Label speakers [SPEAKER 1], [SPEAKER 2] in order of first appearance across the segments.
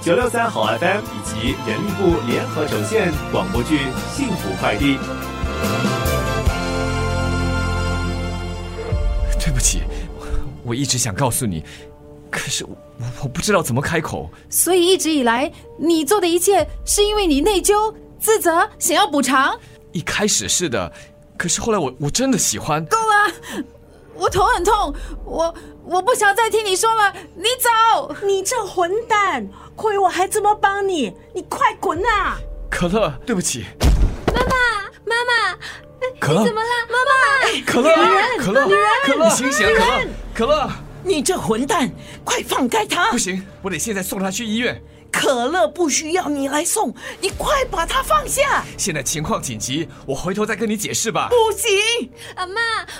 [SPEAKER 1] 九六三好 FM 以及人力部联合呈现广播剧《幸福快递》。
[SPEAKER 2] 对不起，我我一直想告诉你，可是我我不知道怎么开口。
[SPEAKER 3] 所以一直以来，你做的一切是因为你内疚、自责，想要补偿。
[SPEAKER 2] 一开始是的，可是后来我我真的喜欢。
[SPEAKER 3] 够了，我头很痛，我我不想再听你说了，你走。
[SPEAKER 4] 你这混蛋，亏我还这么帮你，你快滚啊！
[SPEAKER 2] 可乐，对不起，
[SPEAKER 5] 妈妈，
[SPEAKER 2] 可乐，
[SPEAKER 5] 怎么了？妈妈，
[SPEAKER 2] 可乐，可乐，可乐，你醒醒，可乐，可乐，
[SPEAKER 4] 你这混蛋，快放开他
[SPEAKER 2] 不！行，我得现在送他去医院。
[SPEAKER 4] 可乐不需要你来送，你快把他放下！
[SPEAKER 2] 现在情况紧急，我回头再跟你解释吧。
[SPEAKER 4] 不行，
[SPEAKER 5] 阿妈，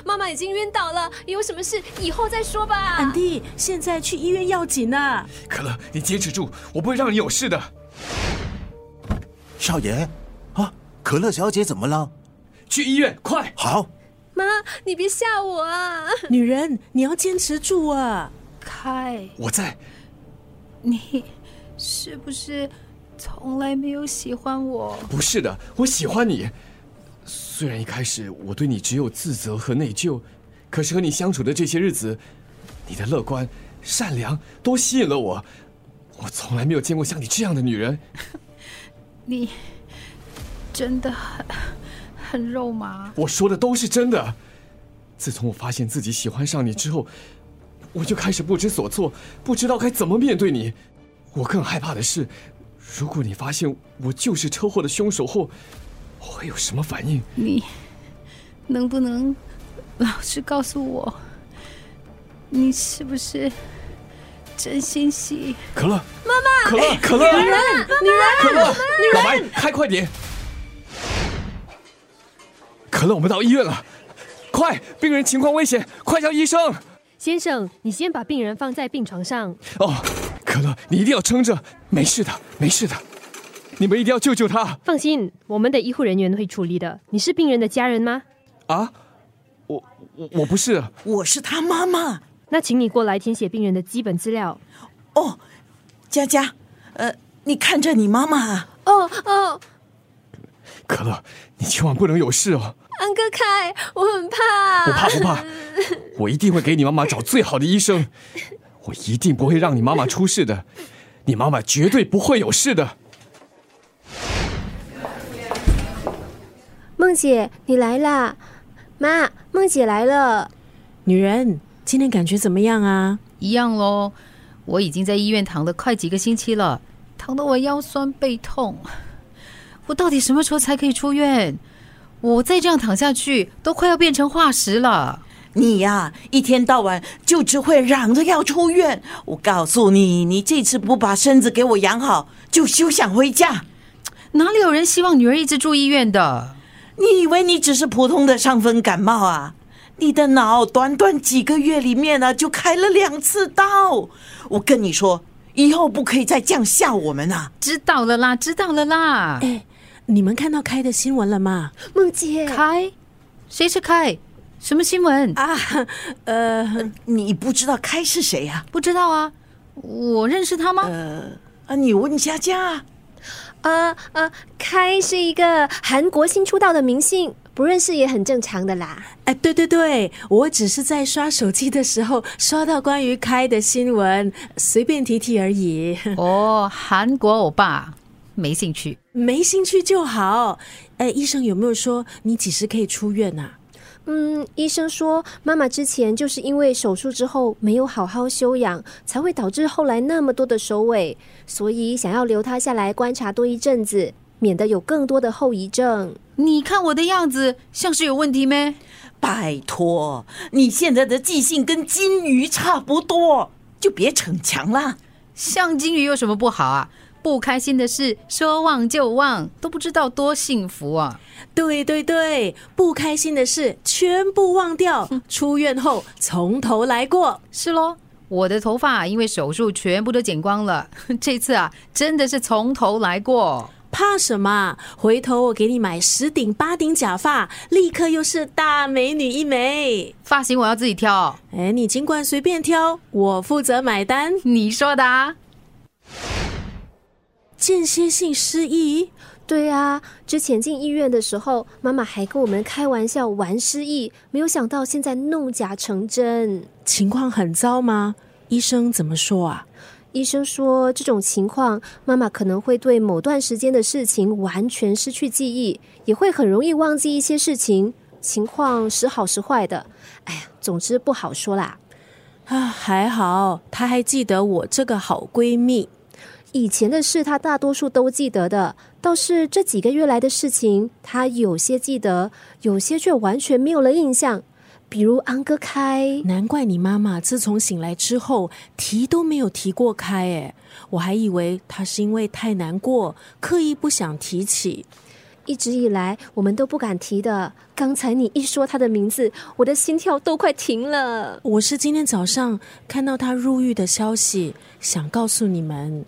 [SPEAKER 5] 妈妈已经晕倒了，有什么事以后再说吧。
[SPEAKER 4] 安迪，现在去医院要紧啊！
[SPEAKER 2] 可乐，你坚持住，我不会让你有事的。
[SPEAKER 6] 少爷，啊，可乐小姐怎么了？
[SPEAKER 2] 去医院，快！
[SPEAKER 6] 好，
[SPEAKER 5] 妈，你别吓我啊！
[SPEAKER 4] 女人，你要坚持住啊！
[SPEAKER 3] 开，
[SPEAKER 2] 我在。
[SPEAKER 3] 你是不是从来没有喜欢我？
[SPEAKER 2] 不是的，我喜欢你。虽然一开始我对你只有自责和内疚，可是和你相处的这些日子，你的乐观、善良都吸引了我。我从来没有见过像你这样的女人。
[SPEAKER 3] 你真的很很肉麻。
[SPEAKER 2] 我说的都是真的。自从我发现自己喜欢上你之后，我就开始不知所措，不知道该怎么面对你。我更害怕的是，如果你发现我就是车祸的凶手后，我会有什么反应？
[SPEAKER 3] 你能不能老实告诉我，你是不是真心喜？
[SPEAKER 2] 可乐，妈妈，可乐，可乐，女人，啊女人，可乐，老白，开快点！可乐，我们到医院了，快！病人情况危险，快叫医生！
[SPEAKER 7] 先生，你先把病人放在病床上。
[SPEAKER 2] 哦，可乐，你一定要撑着，没事的，没事的，你们一定要救救他
[SPEAKER 7] 放心，我们的医护人员会处理的。你是病人的家人吗？
[SPEAKER 2] 啊！我我我不是，
[SPEAKER 4] 我是他妈妈
[SPEAKER 7] 那请你过来填写病人的基本资料。
[SPEAKER 4] 哦，佳佳，呃，你看着你妈妈啊。
[SPEAKER 5] 哦哦，
[SPEAKER 2] 可乐，你千万不能有事哦！
[SPEAKER 5] 安哥凯，我很怕。
[SPEAKER 2] 不怕不怕，我一定会给你妈妈找最好的医生，我一定不会让你妈妈出事的，你妈妈绝对不会有事的。
[SPEAKER 5] 梦姐，你来啦！妈，梦姐来了。
[SPEAKER 4] 女人，今天感觉怎么样啊？
[SPEAKER 8] 一样喽。我已经在医院躺了快几个星期了，
[SPEAKER 3] 疼得我腰酸背痛，
[SPEAKER 8] 我到底什么时候才可以出院？我再这样躺下去，都快要变成化石了。
[SPEAKER 4] 你呀、一天到晚就只会嚷着要出院。我告诉你，你这次不把身子给我养好，就休想回家。
[SPEAKER 8] 哪里有人希望女儿一直住医院的？
[SPEAKER 4] 你以为你只是普通的伤风感冒啊？你的脑短短几个月里面呢、啊就开了两次刀。我跟你说，以后不可以再这样吓我们啊！
[SPEAKER 8] 知道了啦，知道了啦。
[SPEAKER 4] 你们看到开的新闻了吗？
[SPEAKER 5] 梦姐，
[SPEAKER 8] 开，谁是开？什么新闻？
[SPEAKER 4] 啊，呃，你不知道开是谁呀、
[SPEAKER 8] 不知道啊。我认识他吗？
[SPEAKER 4] 啊？啊，你问佳佳啊。
[SPEAKER 5] 呃呃，开是一个韩国新出道的明星，不认识也很正常的啦。
[SPEAKER 9] 哎，对对对，我只是在刷手机的时候刷到关于开的新闻，随便提提而已，
[SPEAKER 8] 哦，韩国欧巴，没兴趣。
[SPEAKER 9] 没兴趣就好。哎，医生有没有说你几时可以出院啊？
[SPEAKER 5] 嗯，医生说妈妈之前就是因为手术之后没有好好休养，才会导致后来那么多的手尾，所以想要留她下来观察多一阵子，免得有更多的后遗症。
[SPEAKER 8] 你看我的样子，像是有问题没？
[SPEAKER 4] 拜托，你现在的记性跟金鱼差不多，就别逞强啦。
[SPEAKER 8] 像金鱼有什么不好啊？不开心的事说忘就忘，都不知道多幸福啊！
[SPEAKER 9] 对对对，不开心的事全部忘掉，出院后从头来过。
[SPEAKER 8] 是喽，我的头发因为手术全部都剪光了， 这次啊真的是从头来过。
[SPEAKER 9] 怕什么啊？回头我给你买十顶八顶假发，立刻又是大美女一枚。
[SPEAKER 8] 发型我要自己挑，
[SPEAKER 9] 哎，你尽管随便挑，我负责买单。
[SPEAKER 8] 你说的啊？
[SPEAKER 9] 间歇性失忆？
[SPEAKER 5] 对啊，之前进医院的时候，妈妈还跟我们开玩笑玩失忆，没有想到现在弄假成真。
[SPEAKER 9] 情况很糟吗？医生怎么说啊？
[SPEAKER 5] 医生说，这种情况，妈妈可能会对某段时间的事情完全失去记忆，也会很容易忘记一些事情，情况时好时坏的。哎呀，总之不好说啦。
[SPEAKER 9] 啊，还好，她还记得我这个好闺蜜。
[SPEAKER 5] 以前的事她大多数都记得的，倒是这几个月来的事情，她有些记得，有些却完全没有了印象。比如安哥开，
[SPEAKER 9] 难怪你妈妈自从醒来之后提都没有提过开，哎，我还以为她是因为太难过，刻意不想提起。
[SPEAKER 5] 一直以来我们都不敢提的。刚才你一说他的名字，我的心跳都快停了。
[SPEAKER 9] 我是今天早上看到她入狱的消息，想告诉你们，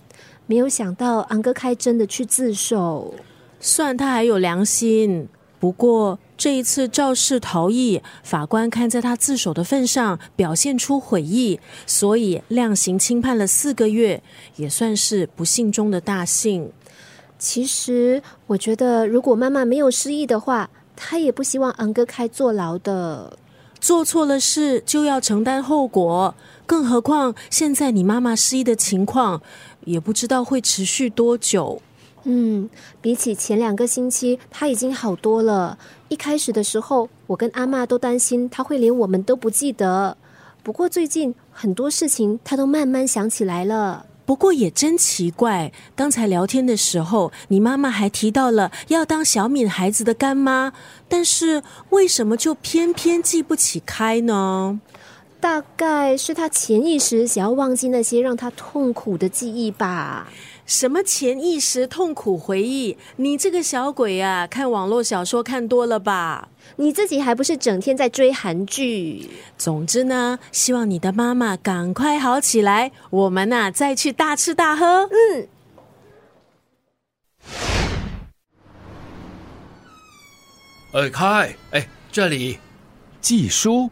[SPEAKER 5] 没有想到安哥开真的去自首，
[SPEAKER 9] 算她还有良心。不过这一次肇事逃逸，法官看在他自首的份上，表现出悔意，所以量刑轻判了四个月，也算是不幸中的大幸。
[SPEAKER 5] 其实，我觉得如果妈妈没有失忆的话，她也不希望昂哥开坐牢的。
[SPEAKER 9] 做错了事就要承担后果，更何况现在你妈妈失忆的情况，也不知道会持续多久。
[SPEAKER 5] 嗯，比起前两个星期，她已经好多了。一开始的时候，我跟阿嬷都担心她会连我们都不记得。不过最近很多事情，她都慢慢想起来了。
[SPEAKER 9] 不过也真奇怪，刚才聊天的时候，你妈妈还提到了要当小敏孩子的干妈，但是为什么就偏偏记不起开呢？
[SPEAKER 5] 大概是她潜意识想要忘记那些让她痛苦的记忆吧。
[SPEAKER 9] 什么潜意识痛苦回忆？你这个小鬼啊，看网络小说看多了吧？
[SPEAKER 5] 你自己还不是整天在追韩剧？
[SPEAKER 9] 总之呢，希望你的妈妈赶快好起来，我们呐、啊、再去大吃大喝。
[SPEAKER 5] 嗯，
[SPEAKER 6] 哎开，哎这里，
[SPEAKER 2] 季叔，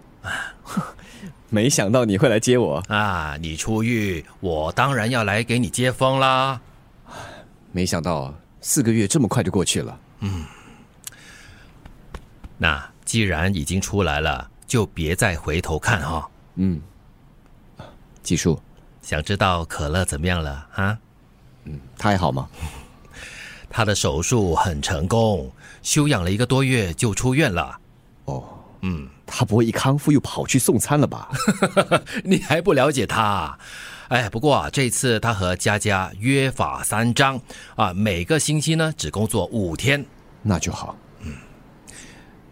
[SPEAKER 2] 没想到你会来接我，
[SPEAKER 6] 啊，你出狱，我当然要来给你接风啦。
[SPEAKER 2] 没想到啊四个月这么快就过去了。
[SPEAKER 6] 那既然已经出来了，就别再回头看哈、
[SPEAKER 2] 嗯，季叔，
[SPEAKER 6] 想知道可乐怎么样了啊？
[SPEAKER 2] 他还好吗？
[SPEAKER 6] 他的手术很成功，休养了一个多月就出院了。
[SPEAKER 2] 哦，
[SPEAKER 6] 嗯，
[SPEAKER 2] 他不会一康复又跑去送餐了吧？
[SPEAKER 6] 你还不了解他？哎，不过啊，这次他和佳佳约法三章啊，每个星期呢只工作五天。
[SPEAKER 2] 那就好，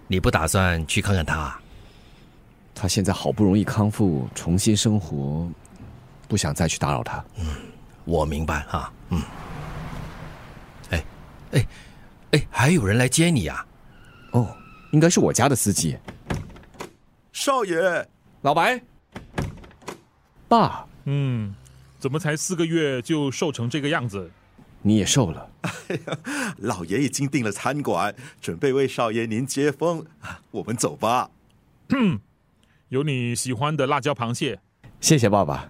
[SPEAKER 6] 你不打算去看看他啊？
[SPEAKER 2] 他现在好不容易康复，重新生活，不想再去打扰他。
[SPEAKER 6] 我明白哈、嗯。哎，哎，哎，还有人来接你啊？
[SPEAKER 2] 哦，应该是我家的司机，
[SPEAKER 10] 少爷，
[SPEAKER 2] 老白，爸，
[SPEAKER 11] 嗯，怎么才四个月就瘦成这个样子？
[SPEAKER 2] 你也瘦了。
[SPEAKER 10] 老爷已经订了餐馆，准备为少爷您接风。我们走吧。
[SPEAKER 11] 有你喜欢的辣椒螃蟹，
[SPEAKER 2] 谢谢爸爸，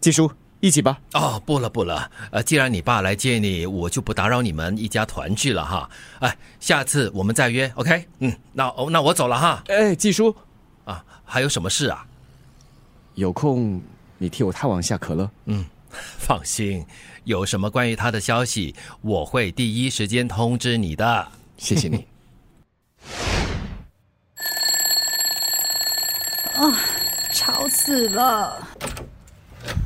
[SPEAKER 2] 季叔，一起吧。
[SPEAKER 6] 哦，不了不了，呃，既然你爸来接你，我就不打扰你们一家团聚了哈。哎，下次我们再约，OK？嗯，那哦，那我走了哈。
[SPEAKER 2] 哎，季叔，
[SPEAKER 6] 啊，还有什么事啊？
[SPEAKER 2] 有空你替我探望一下可乐。
[SPEAKER 6] 放心，有什么关于他的消息，我会第一时间通知你的。
[SPEAKER 2] 谢谢你。
[SPEAKER 3] 吵死了！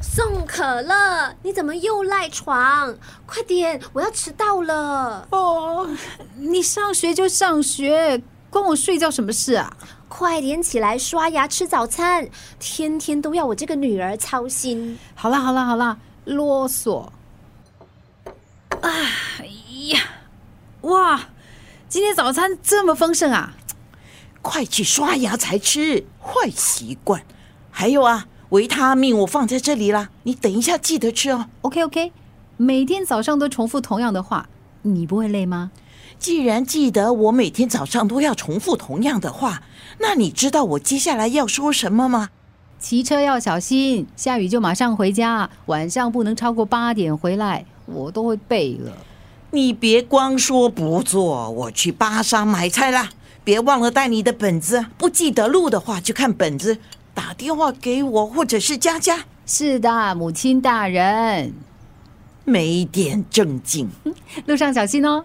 [SPEAKER 5] 送可乐，你怎么又赖床？快点，我要迟到了！
[SPEAKER 12] 哦，
[SPEAKER 3] 你上学就上学，关我睡觉什么事啊？
[SPEAKER 5] 快点起来刷牙吃早餐，天天都要我这个女儿操心。
[SPEAKER 12] 好啦好啦好啦，啰嗦。哎呀，哇，今天早餐这么丰盛啊！
[SPEAKER 4] 快去刷牙才吃，坏习惯。还有啊，维他命我放在这里啦，你等一下记得吃哦。
[SPEAKER 12] OK OK，每天早上都重复同样的话，你不会累吗？
[SPEAKER 4] 既然记得我每天早上都要重复同样的话，那你知道我接下来要说什么吗？
[SPEAKER 12] 骑车要小心，下雨就马上回家，晚上不能超过八点回来。
[SPEAKER 8] 我都会背了。
[SPEAKER 4] 你别光说不做，我去巴沙买菜啦！别忘了带你的本子，不记得路的话就看本子，打电话给我或者是佳佳。
[SPEAKER 8] 是的，母亲大人，
[SPEAKER 4] 没点正经，
[SPEAKER 8] 路上小心哦。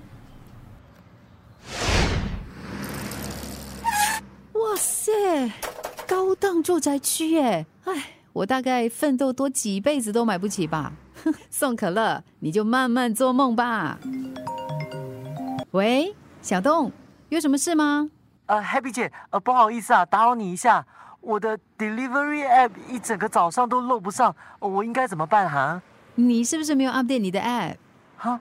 [SPEAKER 8] 哇塞，高档住宅区耶！哎，我大概奋斗多几辈子都买不起吧。 送可乐，你就慢慢做梦吧。喂，小洞，有什么事吗？
[SPEAKER 13] 呃，Happy 姐，呃，不好意思啊，打扰你一下，我的 delivery app 一整个早上都漏不上，呃我应该怎么办哈、啊？
[SPEAKER 8] 你是不是没有 update 你的 app？
[SPEAKER 13] 哈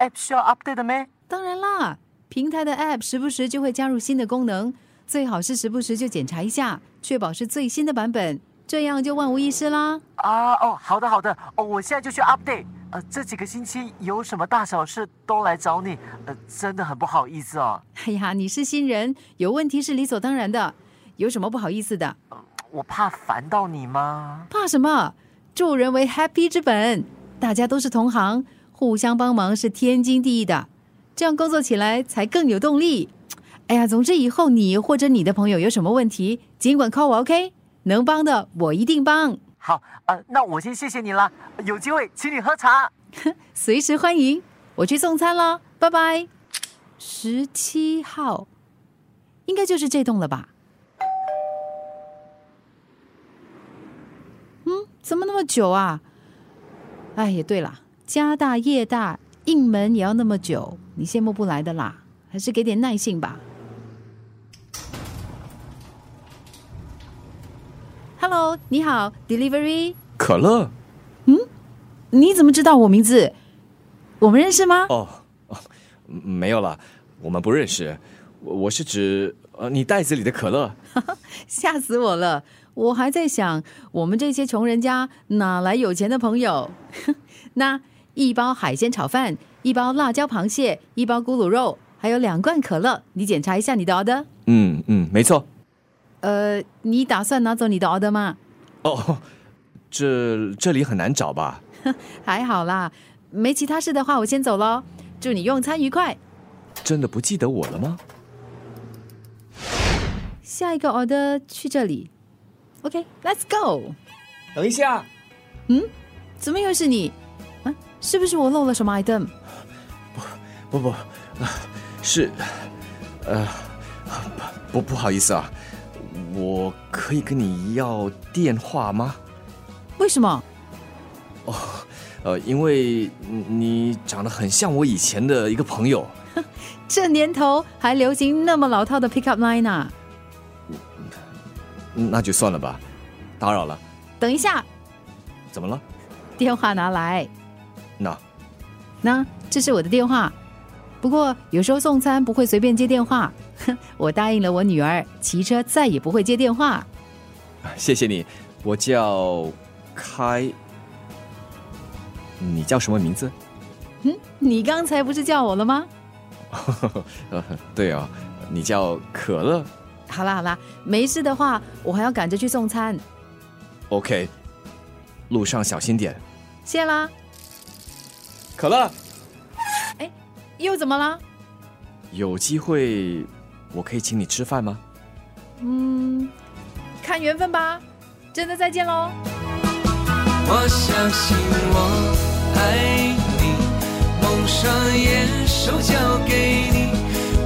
[SPEAKER 13] ，app 需要 update 的咩？
[SPEAKER 8] 当然啦，平台的 app 时不时就会加入新的功能，最好是时不时就检查一下，确保是最新的版本，这样就万无一失啦。
[SPEAKER 13] 啊，哦，好的好的，哦，我现在就去 update。呃，这几个星期有什么大小事都来找你，呃，真的很不好意思哦。
[SPEAKER 8] 哎呀，你是新人，有问题是理所当然的，有什么不好意思的？
[SPEAKER 13] 呃、我怕烦到你吗？
[SPEAKER 8] 怕什么？助人为 happy 之本，大家都是同行，互相帮忙是天经地义的，这样工作起来才更有动力。哎呀，总之以后你或者你的朋友有什么问题，尽管 call 我 OK，能帮的我一定帮。
[SPEAKER 13] 好，呃，那我先谢谢你啦，有机会请你喝茶，
[SPEAKER 8] 随时欢迎。我去送餐了，拜拜。十七号，应该就是这栋了吧？嗯，怎么那么久啊？哎，也对啦，家大业大，应门也要那么久，你羡慕不来的啦，还是给点耐性吧。Hello，你好，Delivery。
[SPEAKER 2] 可乐，
[SPEAKER 8] 嗯，你怎么知道我名字？我们认识吗？
[SPEAKER 2] 哦，哦没有啦，我们不认识。我我是指呃，你袋子里的可乐。
[SPEAKER 8] 吓死我了！我还在想，我们这些穷人家哪来有钱的朋友？ 那一包海鲜炒饭，一包辣椒螃蟹，一包咕噜肉，还有两罐可乐。你检查一下你的 order。
[SPEAKER 2] 嗯嗯，没错。
[SPEAKER 8] 呃，你打算拿走你的 order 吗？
[SPEAKER 2] 哦，这这里很难找吧？
[SPEAKER 8] 还好啦，没其他事的话，我先走喽。祝你用餐愉快。
[SPEAKER 2] 真的不记得我了吗？
[SPEAKER 8] 下一个 order 去这里。OK，let's、okay, go。
[SPEAKER 2] 等一下。
[SPEAKER 8] 嗯？怎么又是你？啊，是不是我漏了什么 item？
[SPEAKER 2] 不不不，呃、是呃不不好意思啊。我可以跟你要电话吗？
[SPEAKER 8] 为什么？
[SPEAKER 2] 哦，呃，因为你长得很像我以前的一个朋友。
[SPEAKER 8] 这年头还流行那么老套的 pickup line 啊？
[SPEAKER 2] 那就算了吧，打扰了。
[SPEAKER 8] 等一下，
[SPEAKER 2] 怎么了？
[SPEAKER 8] 电话拿来。
[SPEAKER 2] 那，
[SPEAKER 8] 那这是我的电话。不过有时候送餐不会随便接电话， 我答应了我女儿，骑车再也不会接电话。
[SPEAKER 2] 谢谢你，我叫开，你叫什么名字？
[SPEAKER 8] 嗯，你刚才不是叫我了吗？
[SPEAKER 2] 呃，对哦，你叫可乐。
[SPEAKER 8] 好啦好啦，没事的话，我还要赶着去送餐。
[SPEAKER 2] OK，路上小心点。
[SPEAKER 8] 谢啦，
[SPEAKER 2] 可乐。
[SPEAKER 8] 又怎么了？
[SPEAKER 2] 有机会，我可以请你吃饭吗？
[SPEAKER 8] 嗯，看缘分吧。真的再见喽。
[SPEAKER 14] 我相信我爱你，蒙上眼，手交给你，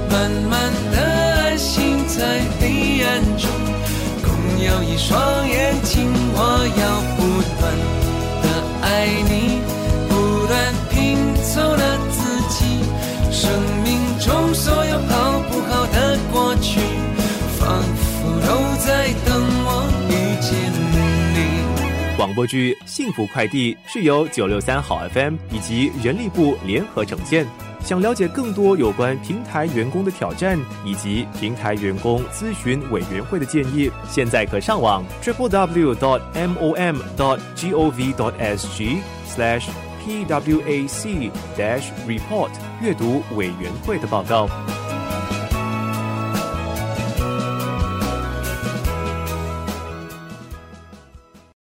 [SPEAKER 14] 慢慢的安心在黑暗中，共有一双眼睛，我要不断的爱你，不断拼凑了自己。生命中所有好不好的过去，仿佛都在等我遇见你。
[SPEAKER 1] 广播剧《幸福快递》是由九六三好 FM 以及人力部联合呈现。想了解更多有关平台员工的挑战以及平台员工咨询委员会的建议，现在可上网 triple w dot m o m dot g o v dot s g slash。PWAC-Report 阅读委员会的报告。